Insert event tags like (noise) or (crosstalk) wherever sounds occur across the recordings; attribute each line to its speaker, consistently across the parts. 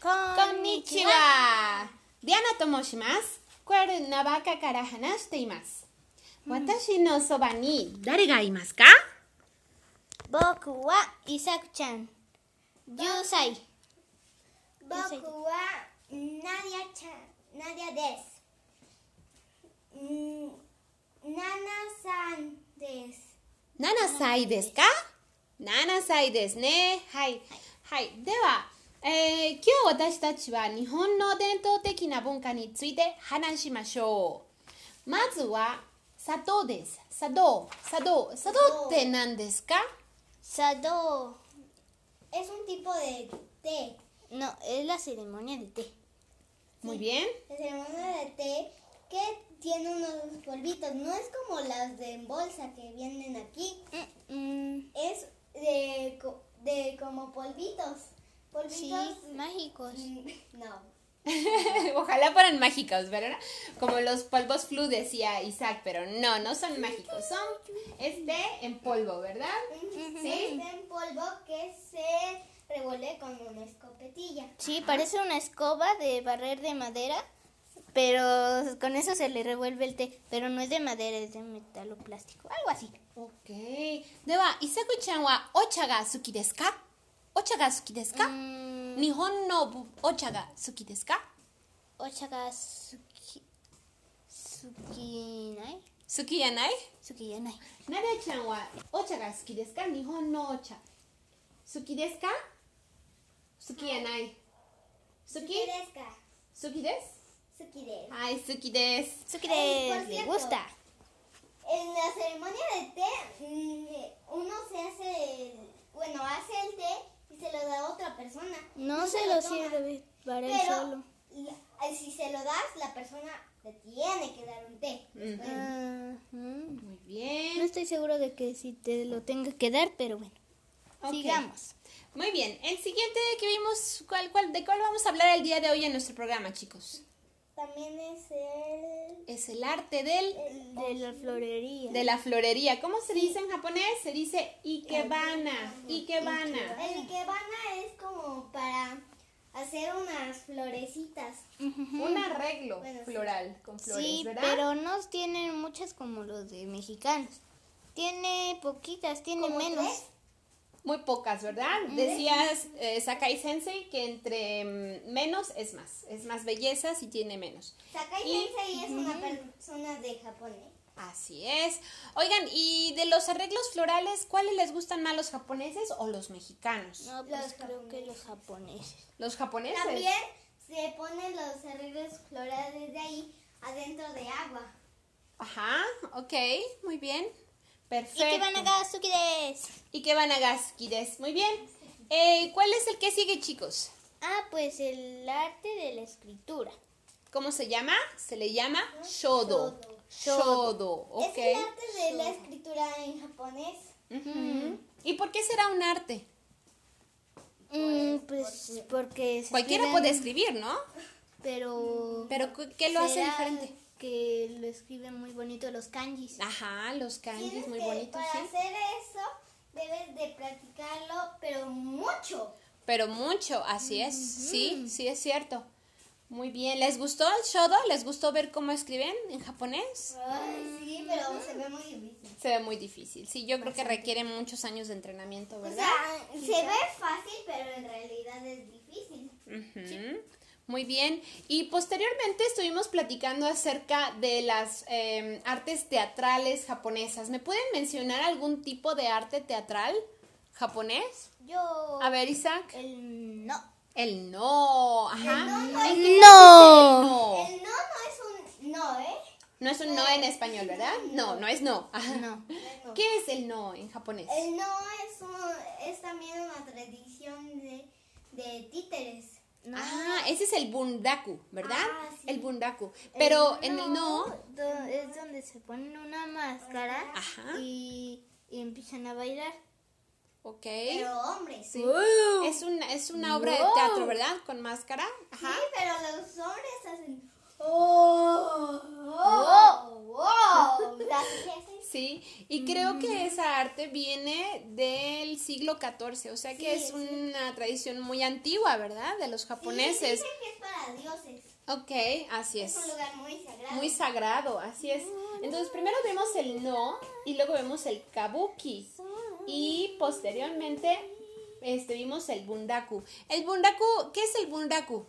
Speaker 1: こんにちはディアナと申しますクアルナバカから話しています、私のそばに誰がいますか
Speaker 2: 僕はイサクちゃん10歳
Speaker 3: 僕はナディアちゃんナディアです。うん、ナナさんです。
Speaker 1: 7歳ですか7歳ですねはいはい、では、えー今日私たちは日本の伝統的な文化について話しましょうまずは砂糖です砂糖砂糖砂糖って何ですか
Speaker 2: 茶道
Speaker 3: Es un tipo de té.
Speaker 2: no es la ceremonia de té
Speaker 1: muy bien
Speaker 3: La ceremonia de té que tiene unos polvitos. No es como las de en bolsa que vienen aquí.
Speaker 2: Mm, mm,
Speaker 3: Es de, co- de como polvitos. Polvitos.
Speaker 2: sí mágicos
Speaker 3: mm,
Speaker 2: (laughs)
Speaker 3: No.
Speaker 1: (laughs) Ojalá fueran mágicos, ¿verdad? Como los polvos flu decía Isaac, pero no, no son mágicos, son este en polvo, ¿verdad?
Speaker 3: Es en polvo que se revuelve con una escopetilla.
Speaker 2: sí parece una escoba de barrer de madera pero con eso se le revuelve el té pero no es de madera es de metal o plástico algo así
Speaker 1: Ok. では、イサクちゃんはお茶が好きですかお茶が好きですか、
Speaker 2: Mm,
Speaker 1: 日本のぶお茶が好きですか
Speaker 2: ocha ga suki sukinai
Speaker 1: 好きじゃない
Speaker 2: sukiyanai
Speaker 1: ナレちゃんはお茶が好きですか日本のお茶。好きですか好きじゃない。好き
Speaker 3: ¿Qué eres, Ka?
Speaker 1: 好きです。
Speaker 3: Suki de-
Speaker 1: はい、好きです。
Speaker 2: suki
Speaker 3: Ay, por
Speaker 2: de me
Speaker 3: cierto.
Speaker 2: gusta
Speaker 3: En la ceremonia de té, mm, uno se hace, el- bueno, hace el té y se lo da a otra persona.
Speaker 2: No
Speaker 3: No
Speaker 2: se
Speaker 3: se
Speaker 2: lo
Speaker 3: lo toma.
Speaker 2: sirve para él
Speaker 3: Pero
Speaker 2: solo.
Speaker 3: la- eh, si se lo das, la persona te tiene que dar un té. después.
Speaker 2: Ujú.
Speaker 1: Muy
Speaker 2: No
Speaker 1: bien.
Speaker 2: estoy seguro de que si te lo tenga que dar, pero bueno.
Speaker 1: Ok.
Speaker 2: Sigamos.
Speaker 1: Muy bien, el siguiente que vimos, ¿cuál, cuál, ¿de cuál vamos a hablar el día de hoy en nuestro programa, chicos?
Speaker 3: También es el...
Speaker 1: Es el arte del,
Speaker 2: De la florería.
Speaker 1: de la florería. ¿Cómo se dice en japonés? Se dice ikebana, ikebana.
Speaker 3: El ikebana es como para hacer unas florecitas.
Speaker 1: Un arreglo
Speaker 3: Bueno, sí.
Speaker 1: floral con flores,
Speaker 2: sí,
Speaker 1: ¿verdad?
Speaker 2: pero no tienen muchas como los de mexicanos. Tiene poquitas, tiene
Speaker 3: ¿Como
Speaker 2: menos.
Speaker 3: tres?
Speaker 1: Muy pocas, ¿verdad? Decías, eh, Sakai Sensei, que entre mm, menos es más. Es más belleza si tiene menos.
Speaker 3: Sakai
Speaker 1: Y-
Speaker 3: Sensei es una persona de Japón. ¿eh?
Speaker 1: Así es. Oigan, y de los arreglos florales, ¿cuáles les gustan más, los japoneses o los mexicanos?
Speaker 2: No, pues creo que los japoneses.
Speaker 1: Los japoneses.
Speaker 3: También se ponen los arreglos florales de ahí adentro de agua.
Speaker 1: Ajá, ok, muy bien.
Speaker 2: ¿Y
Speaker 1: Perfecto.
Speaker 2: qué van a Suki des?
Speaker 1: ¿Y qué van a gasquides? Muy bien. Eh, ¿Cuál es el que sigue, chicos?
Speaker 2: Ah, pues el arte de la escritura.
Speaker 1: ¿Cómo se llama? Se le llama shodo.
Speaker 2: Shodo.
Speaker 1: Shodo, ok.
Speaker 3: Es el arte de la escritura en japonés.
Speaker 1: Ujú. ¿Y por qué será un arte?
Speaker 2: Mm, pues porque... se
Speaker 1: Cualquiera
Speaker 2: escriben-
Speaker 1: puede escribir, ¿no?
Speaker 2: Pero...
Speaker 1: Pero cu- ¿qué lo hace
Speaker 2: será
Speaker 1: diferente? Ah.
Speaker 2: Que lo escriben muy bonito los kanjis.
Speaker 1: Ajá, los kanjis
Speaker 3: Tienes
Speaker 1: muy
Speaker 3: que-
Speaker 1: bonitos,
Speaker 3: Para
Speaker 1: sí.
Speaker 3: hacer eso debes de practicarlo, pero mucho.
Speaker 1: Pero mucho, así es. Sí, sí es cierto. Muy bien. ¿Les gustó el shodo? ¿Les gustó ver cómo escriben en japonés?
Speaker 3: Ay, sí, pero se ve muy difícil.
Speaker 1: Se ve muy difícil. Sí, yo creo que requiere muchos años de entrenamiento,
Speaker 3: O
Speaker 1: ¿verdad?
Speaker 3: sea, se ve fácil, pero en realidad es difícil.
Speaker 1: Ujú. Muy bien. Y posteriormente estuvimos platicando acerca de las eh, artes teatrales japonesas. ¿Me pueden mencionar algún tipo de arte teatral japonés?
Speaker 2: Yo...
Speaker 1: A ver, Isaac.
Speaker 2: El no.
Speaker 1: El no. Ajá. ¿En qué consiste el
Speaker 2: No.
Speaker 1: no?
Speaker 3: El no no es un no, ¿eh?
Speaker 1: No es un no en español, ¿verdad? No, no es no. Ajá.
Speaker 2: No.
Speaker 3: No.
Speaker 1: ¿Qué es el no en japonés?
Speaker 3: El no es, un- es también una tradición de, de títeres.
Speaker 1: Ah, ese es el bundaku, ¿verdad?
Speaker 3: Ah, sí.
Speaker 1: El bundaku. Pero en el no
Speaker 2: Oh, do- es donde se ponen una máscara
Speaker 1: Ajá.
Speaker 2: y, y empiezan a bailar.
Speaker 1: Ok.
Speaker 3: Pero hombres.
Speaker 1: Sí.
Speaker 2: ¡Wow!
Speaker 1: Es una, es una obra de
Speaker 2: ¡Wow!
Speaker 1: teatro, ¿verdad? Con máscara.
Speaker 3: Sí, pero los hombres hacen. Oh, oh, wow. Así le haces.
Speaker 1: Sí, y creo que esa arte viene del siglo XIV, o sea que
Speaker 3: Sí,
Speaker 1: es
Speaker 3: sí.
Speaker 1: una tradición muy antigua, ¿verdad? De los japoneses.
Speaker 3: Sí, dicen que es para dioses.
Speaker 1: Ok, así
Speaker 3: Es
Speaker 1: es.
Speaker 3: un lugar muy sagrado.
Speaker 1: Muy sagrado, así es. Entonces primero vemos el no y luego vemos el kabuki y posteriormente este, vimos el bundaku. El bundaku, ¿qué es el bundaku?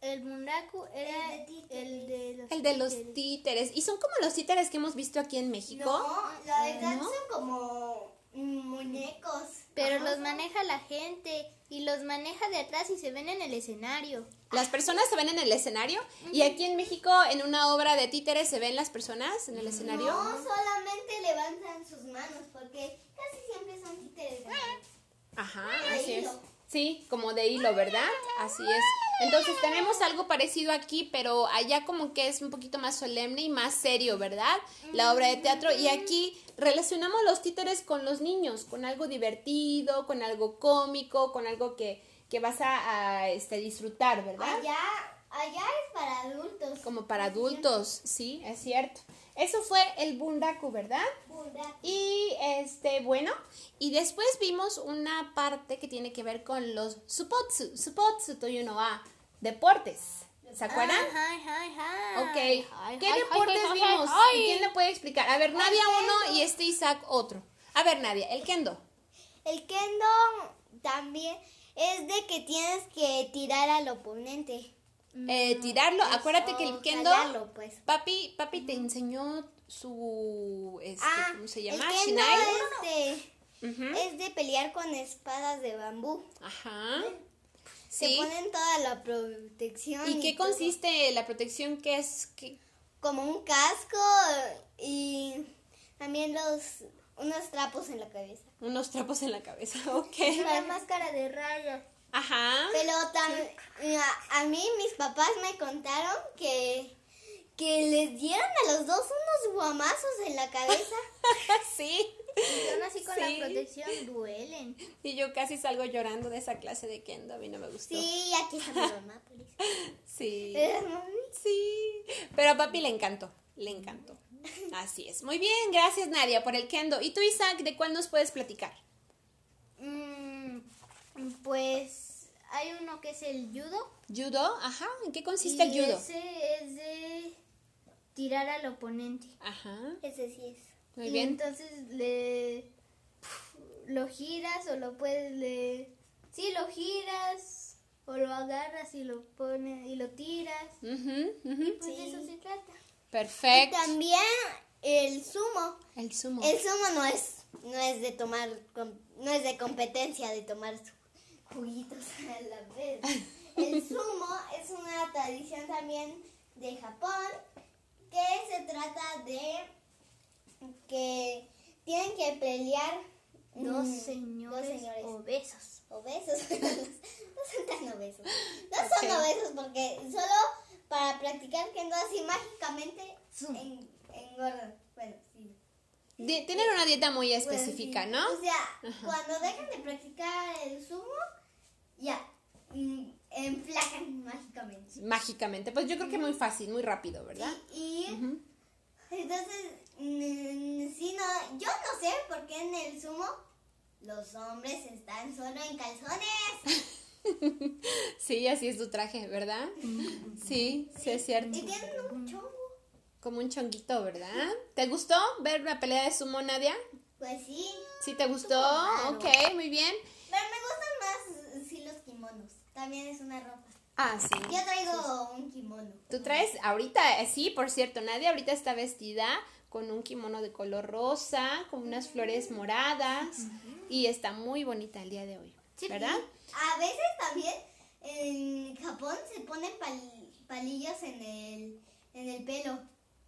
Speaker 2: El bundaku era
Speaker 3: El de títeres.
Speaker 2: el de los.
Speaker 1: El de los
Speaker 2: títeres.
Speaker 1: títeres. Y son como los títeres que hemos visto aquí en México.
Speaker 3: No, la verdad
Speaker 1: ¿No?
Speaker 3: son como mm, muñecos.
Speaker 2: Pero
Speaker 3: Ajá.
Speaker 2: los maneja la gente y los maneja de atrás y se ven en el escenario.
Speaker 1: Las personas se ven en el escenario y aquí en México en una obra de títeres se ven las personas en el escenario.
Speaker 3: No, solamente levantan sus manos porque casi siempre son títeres. grandes.
Speaker 1: Ajá,
Speaker 3: De
Speaker 1: así es.
Speaker 3: hilo.
Speaker 1: Sí, como de hilo, ¿verdad? Así es. Entonces tenemos algo parecido aquí, pero allá como que es un poquito más solemne y más serio, ¿verdad? La obra de teatro y aquí relacionamos los títeres con los niños, con algo divertido, con algo cómico, con algo que, que vas a, a, este, disfrutar, ¿verdad?
Speaker 3: Allá, allá es para adultos.
Speaker 1: Como para adultos, sí, es cierto. Eso fue el bundaku, ¿verdad?
Speaker 3: Buda.
Speaker 1: Y este, bueno, y después vimos una parte que tiene que ver con los supotsu. Supotsu to you know, ah, deportes. ¿Se acuerdan?
Speaker 2: Ay, ay, ay.
Speaker 1: ok.
Speaker 2: Ay,
Speaker 1: ¿Qué
Speaker 2: ay,
Speaker 1: deportes
Speaker 2: ay, ay,
Speaker 1: vimos?
Speaker 2: ay, ay.
Speaker 1: ¿Quién le puede explicar? A ver, Nadia uno y este Isaac otro. A ver, Nadia, el kendo.
Speaker 3: El kendo también es de que tienes que tirar al oponente.
Speaker 1: Eh, tirarlo. Acuérdate que el
Speaker 3: O
Speaker 1: kendo.
Speaker 3: tallarlo, pues.
Speaker 1: Papi, papi te enseñó su. Este,
Speaker 3: Ah,
Speaker 1: ¿Cómo se llama?
Speaker 3: el kendo
Speaker 1: Shinai.
Speaker 3: es de,
Speaker 1: Ujú.
Speaker 3: es de pelear con espadas de bambú.
Speaker 1: Ajá.
Speaker 3: Se
Speaker 1: Sí.
Speaker 3: ponen toda la protección.
Speaker 1: ¿Y qué
Speaker 3: todo.
Speaker 1: consiste la protección? ¿Qué es? ¿Qué-
Speaker 3: Como un casco y también los unos trapos en la cabeza.
Speaker 1: Unos trapos en la cabeza, (laughs) ok.
Speaker 2: Una máscara de rayas.
Speaker 3: (laughs)
Speaker 1: Ajá.
Speaker 3: Pero tam- a, a mí mis papás me contaron que, que les dieron a los dos unos guamazos en
Speaker 2: (laughs)
Speaker 3: la cabeza.
Speaker 1: Sí.
Speaker 2: Y aún así con
Speaker 1: Sí.
Speaker 2: la protección duelen.
Speaker 1: Y yo casi salgo llorando de esa clase de kendo, a mí no me gustó.
Speaker 3: Sí, aquí está mi mamá, pues. por
Speaker 2: (laughs)
Speaker 3: eso.
Speaker 1: Sí.
Speaker 3: Pero, mami,
Speaker 1: Sí. Pero a papi le encantó, le encantó. Así es. Muy bien, gracias Nadia por el kendo. ¿Y tú, Isaac, de cuál nos puedes platicar?
Speaker 2: Mm, pues hay uno que es el judo.
Speaker 1: ¿Judo? Ajá. ¿En qué consiste el
Speaker 2: y
Speaker 1: judo?
Speaker 2: Ese es de tirar al oponente.
Speaker 1: Ajá.
Speaker 3: Ese sí es.
Speaker 1: Muy
Speaker 2: y
Speaker 1: bien.
Speaker 2: entonces le lo giras o lo puedes le sí lo giras o lo agarras y lo pones y lo tiras.
Speaker 1: Mm, Ujú, ujú.
Speaker 2: Pues
Speaker 3: Sí.
Speaker 2: de eso se trata.
Speaker 3: Y
Speaker 1: Perfecto.
Speaker 3: también el sumo.
Speaker 1: El sumo.
Speaker 3: El sumo no es no es de tomar com- no es de competencia de tomar su- juguitos (laughs) a la vez. El sumo es una tradición también de Japón que se trata de que tienen que pelear
Speaker 2: Dos
Speaker 3: mm,
Speaker 2: señores,
Speaker 3: dos señores
Speaker 2: obesos.
Speaker 3: obesos. (laughs) no son tan obesos. No son
Speaker 1: Ok.
Speaker 3: obesos porque solo para practicar kendo así mágicamente
Speaker 2: Sumo.
Speaker 3: en- engordan. Bueno, sí.
Speaker 1: Di- Tienen una dieta muy
Speaker 3: Pues,
Speaker 1: específica,
Speaker 3: sí.
Speaker 1: ¿no?
Speaker 3: O sea, cuando dejan de practicar el sumo, ya, mm, enflacan mágicamente.
Speaker 1: Mágicamente. Pues yo creo que muy fácil, muy rápido,
Speaker 3: (gasps)
Speaker 1: ¿verdad?
Speaker 3: Y, y
Speaker 1: Ujú.
Speaker 3: entonces, mm, sí, no, yo no sé por qué en el sumo los hombres están solo en calzones.
Speaker 1: Sí, así es tu traje, ¿verdad? Sí, sí es cierto.
Speaker 3: Y tienen un chongo.
Speaker 1: Como un chonguito, ¿verdad? ¿Te gustó ver la pelea de sumo, Nadia?
Speaker 3: Pues sí.
Speaker 1: Sí, te gustó.
Speaker 3: Claro.
Speaker 1: Ok, muy bien.
Speaker 3: Pero me gustan más, sí, los kimonos. También es una ropa.
Speaker 1: Ah, sí.
Speaker 3: Yo traigo un kimono.
Speaker 1: Tú traes ahorita, eh, sí, por cierto, Nadia ahorita está vestida con un kimono de color rosa, con unas flores moradas y está muy bonita el día de hoy,
Speaker 2: Sí.
Speaker 1: ¿verdad?
Speaker 3: A veces también en Japón se ponen pal- palillos en el, en el pelo.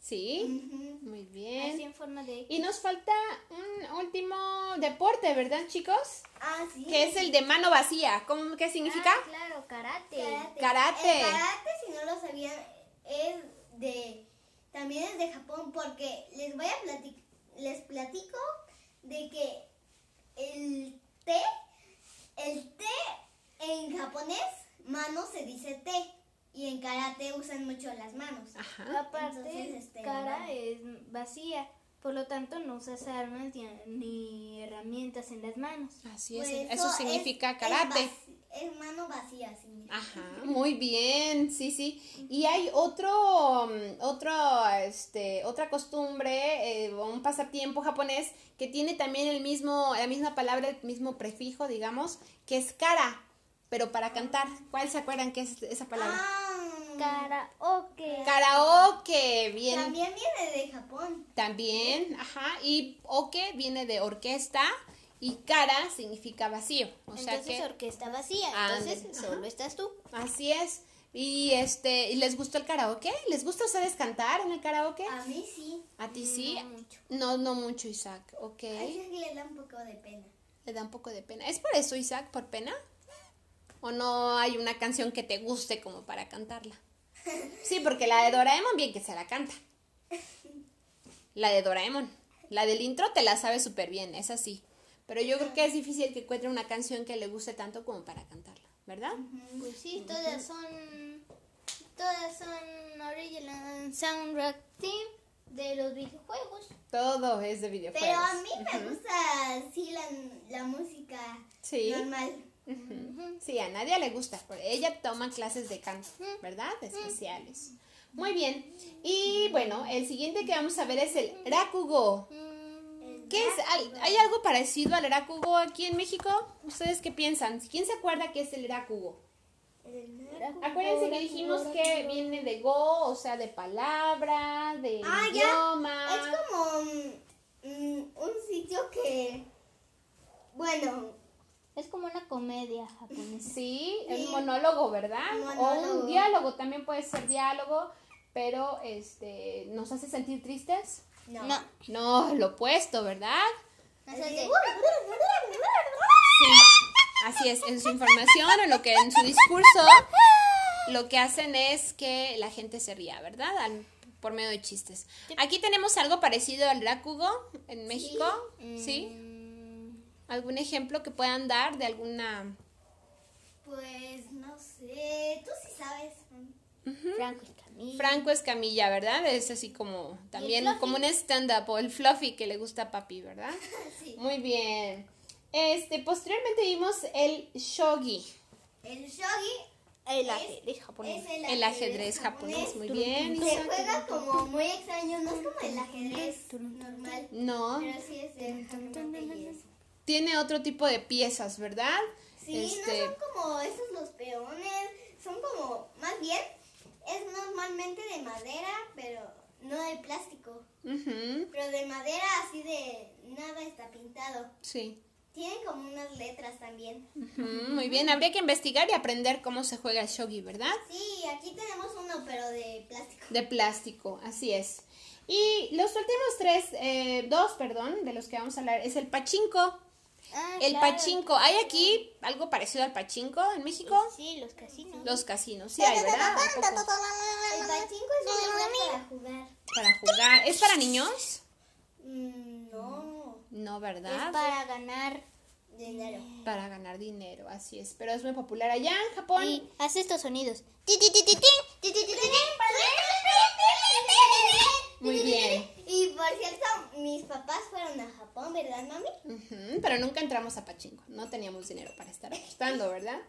Speaker 1: Sí,
Speaker 3: Ujú.
Speaker 1: muy
Speaker 2: Así
Speaker 1: bien.
Speaker 2: en forma de X.
Speaker 1: Y nos falta un último deporte, ¿verdad, chicos?
Speaker 3: Ah, sí.
Speaker 1: Que es el de mano vacía. ¿Cómo, ¿Qué significa?
Speaker 2: Ah, claro, karate.
Speaker 3: karate.
Speaker 1: karate.
Speaker 3: El karate, si no lo sabían, es de también es de Japón porque les voy a platicar les platico de que el té el té en japonés mano se dice té Y en karate usan mucho las manos.
Speaker 1: Ajá.
Speaker 2: Aparte,
Speaker 3: Entonces, este,
Speaker 2: cara
Speaker 3: no.
Speaker 2: es vacía, por lo tanto no usas armas ni, ni herramientas en las manos.
Speaker 1: Así es.
Speaker 3: Por
Speaker 1: Ah, pues, Eso
Speaker 3: es-
Speaker 1: significa
Speaker 3: Pues es
Speaker 1: karate.
Speaker 3: vaci- Es mano vacía, significa.
Speaker 1: Ajá, muy bien, sí, sí. Y hay otro, mm, otro, este, otra costumbre, eh, o un pasatiempo japonés que tiene también el mismo, la misma palabra, el mismo prefijo, digamos, que es cara, pero para cantar. ¿Cuál se acuerdan que es esa palabra?
Speaker 3: Ah,
Speaker 1: Ah,
Speaker 2: Karaoke.
Speaker 1: Karaoke, bien. También.
Speaker 3: también viene de Japón.
Speaker 1: ajá. Y oke viene de orquesta y cara significa vacío. O sea
Speaker 4: entonces
Speaker 1: que
Speaker 4: orquesta vacía,
Speaker 1: Ah,
Speaker 4: entonces
Speaker 1: ándale.
Speaker 4: solo estás tú.
Speaker 1: así es. Y este, ¿y ¿les gustó el karaoke? ¿Les gusta a ustedes cantar en el karaoke?
Speaker 4: Ah,
Speaker 3: A mí sí.
Speaker 1: ¿A ti sí?
Speaker 2: No mucho.
Speaker 1: No, no mucho, Isaac. Ok.
Speaker 3: A ellos les da un poco de pena.
Speaker 1: Le da un poco de pena. ¿Es por eso, Isaac? ¿Por pena? ¿O no hay una canción que te guste como para cantarla? Sí, porque la de Doraemon bien que se la canta. La de Doraemon. La del intro te la sabe súper bien, es así. Pero yo creo que es difícil que encuentre una canción que le guste tanto como para cantarla, ¿verdad?
Speaker 2: Pues sí, todas son. Todas son original soundtrack team de los videojuegos.
Speaker 1: Todo es de videojuegos.
Speaker 3: Pero a mí me gusta, sí, la, la música
Speaker 1: Sí.
Speaker 3: normal.
Speaker 1: Ujú. Sí, a nadie le gusta. pero Ella toma clases de canto, ¿verdad? Especiales. Muy bien. Y bueno, el siguiente que vamos a ver es el Rakugo. ¿Qué es? ¿Hay, hay algo parecido al Rakugo aquí en México? ¿Ustedes qué piensan? ¿Quién se acuerda qué es el Rakugo? Acuérdense que dijimos que viene de go, o sea, de palabra, de
Speaker 3: Ah, ya.
Speaker 1: idioma.
Speaker 3: Es como mm, mm, un sitio que, bueno,
Speaker 2: Es como una comedia japonesa.
Speaker 1: Sí, el
Speaker 3: Sí.
Speaker 1: monólogo, ¿verdad? O un
Speaker 3: Monólogo.
Speaker 1: diálogo, también puede ser diálogo, pero este, ¿nos hace sentir tristes?
Speaker 3: no.
Speaker 1: No, lo opuesto, ¿verdad?
Speaker 3: Así de-
Speaker 1: Sí. Así es, en su información, en lo que en su discurso, lo que hacen es que la gente se ría, ¿verdad? Al- por medio de chistes. Aquí tenemos algo parecido al Rakugo en México, ¿sí?
Speaker 3: Mm.
Speaker 1: ¿Algún ejemplo que puedan dar de alguna
Speaker 3: Pues no sé, tú sí sabes.
Speaker 4: Franco Escamilla.
Speaker 1: Franco Escamilla, ¿verdad? Es así como también como un stand-up o el fluffy que le gusta a papi, ¿verdad?
Speaker 3: Sí.
Speaker 1: Muy bien. Este, posteriormente vimos el shogi,
Speaker 3: El shogi
Speaker 4: el ajedrez japonés.
Speaker 3: es el,
Speaker 1: el ajedrez japonés, muy bien.
Speaker 3: Se
Speaker 1: Isa.
Speaker 3: juega como muy extraño, no es como el ajedrez normal,
Speaker 1: No,
Speaker 3: pero sí es de japonés y eso.
Speaker 1: tiene otro tipo de piezas, ¿verdad?
Speaker 3: Sí,
Speaker 1: Este-
Speaker 3: no son como esos los peones, son como, más bien, es normalmente de madera, pero no de plástico.
Speaker 1: Ujú,
Speaker 3: Pero de madera así de nada está pintado.
Speaker 1: Sí.
Speaker 3: Tiene como unas letras también.
Speaker 1: Ujú, Muy bien, habría que investigar y aprender cómo se juega el shogi, ¿verdad?
Speaker 3: Sí, aquí tenemos uno, pero de plástico.
Speaker 1: De plástico, así es. Y los últimos tres, eh, dos, perdón, de los que vamos a hablar es el pachinko. El pachinko, ¿hay aquí algo parecido al pachinko en México?
Speaker 4: Sí, los casinos.
Speaker 1: Los casinos, sí hay, ¿verdad? Un poco
Speaker 3: El pachinko es muy bueno para jugar.
Speaker 1: Para jugar. ¿Es para niños?
Speaker 3: Mm, no,
Speaker 1: No,
Speaker 4: Es
Speaker 1: ¿verdad?
Speaker 4: para ganar.
Speaker 3: dinero.
Speaker 1: Para ganar dinero, así es. Pero es muy popular allá en Japón.
Speaker 4: Y haz estos sonidos.
Speaker 1: Muy bien.
Speaker 3: Y por cierto, mis papás fueron a Japón, ¿verdad, mami?
Speaker 1: Ujú, Pero nunca entramos a pachinko. No teníamos dinero para estar apostando, ¿verdad?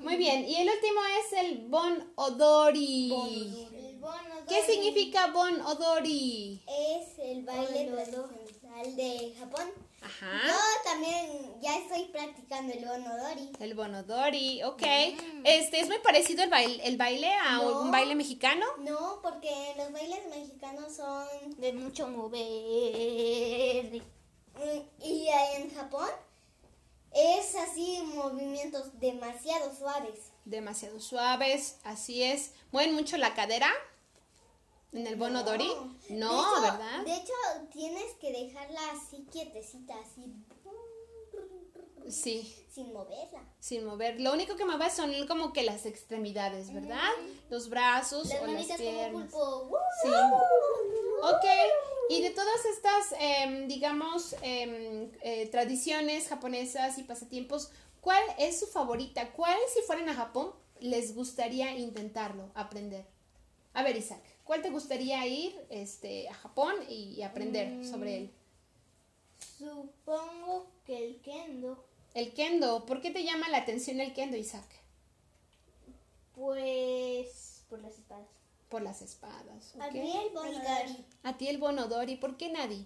Speaker 1: Muy bien. Y el último es el bon odori.
Speaker 3: El bono
Speaker 1: ¿Qué significa bon odori?
Speaker 3: Es el baile tradicional de Japón. Yo
Speaker 1: Ajá.
Speaker 3: también ya estoy practicando el bonodori.
Speaker 1: El bonodori, ok. Este, ¿es muy parecido el baile, el baile a
Speaker 3: Mm. No.
Speaker 1: un baile mexicano?
Speaker 3: No, porque los bailes mexicanos son...
Speaker 4: De mucho mover.
Speaker 3: mm, Y en Japón es así movimientos demasiado suaves.
Speaker 1: Demasiado suaves, así es. ¿Mueven mucho la cadera en el bonodori? No,
Speaker 3: De hecho-
Speaker 1: ¿verdad?
Speaker 3: De hecho, tienes que dejarla así quietecita, así
Speaker 1: Sí,
Speaker 3: sin moverla.
Speaker 1: sin mover. Lo único que mueve son como que las extremidades, ¿verdad? Los brazos
Speaker 3: Mm. Las
Speaker 1: o las
Speaker 3: manitas como
Speaker 1: piernas.
Speaker 3: pulpo.
Speaker 1: Sí. Ok, y de todas estas, em, digamos, em, eh, tradiciones japonesas y pasatiempos, ¿cuál es su favorita? ¿Cuál, si fueran a Japón, les gustaría intentarlo, aprender? A ver, Isaac, ¿cuál te gustaría ir este, a Japón y, y aprender sobre él?
Speaker 2: Supongo que el kendo,
Speaker 1: El kendo, ¿por qué te llama la atención el kendo, Isaac?
Speaker 2: pues por las espadas.
Speaker 1: Por las espadas.
Speaker 3: A
Speaker 1: ¿ok?
Speaker 3: mí el bonidori,
Speaker 1: A ti el bonodori, ¿por qué nadie?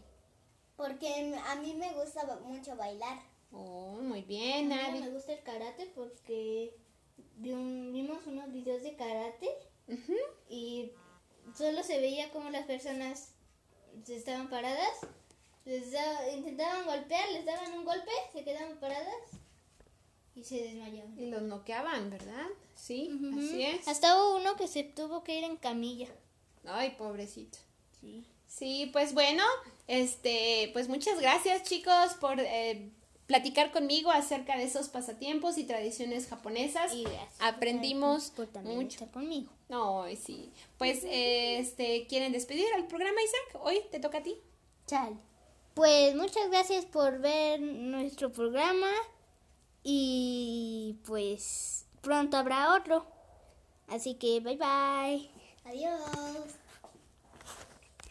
Speaker 3: porque a mí me gusta ba- mucho bailar.
Speaker 1: Oh, muy bien,
Speaker 2: A mí no
Speaker 1: Adi.
Speaker 2: me gusta el karate porque vi un- vimos unos videos de karate
Speaker 1: Ujú.
Speaker 2: y solo se veía como las personas se estaban paradas, les da- intentaban golpear, les daban un golpe, se quedaban paradas y se desmayaban.
Speaker 1: Y los noqueaban, ¿verdad? Sí, así es.
Speaker 4: Hasta hubo uno que se tuvo que ir en camilla.
Speaker 1: Ay, pobrecito.
Speaker 4: Sí.
Speaker 1: Sí, pues bueno, este, pues muchas gracias chicos por eh, platicar conmigo acerca de esos pasatiempos y tradiciones japonesas.
Speaker 4: Y gracias
Speaker 1: Aprendimos
Speaker 2: pues,
Speaker 4: por también
Speaker 1: mucho.
Speaker 4: estar conmigo.
Speaker 1: No, sí. Pues, eh, este, ¿quieren despedir al programa, Isaac? Hoy te toca a ti.
Speaker 4: Chale. Pues muchas gracias por ver nuestro programa y pues pronto habrá otro. Así que bye bye.
Speaker 3: Adiós.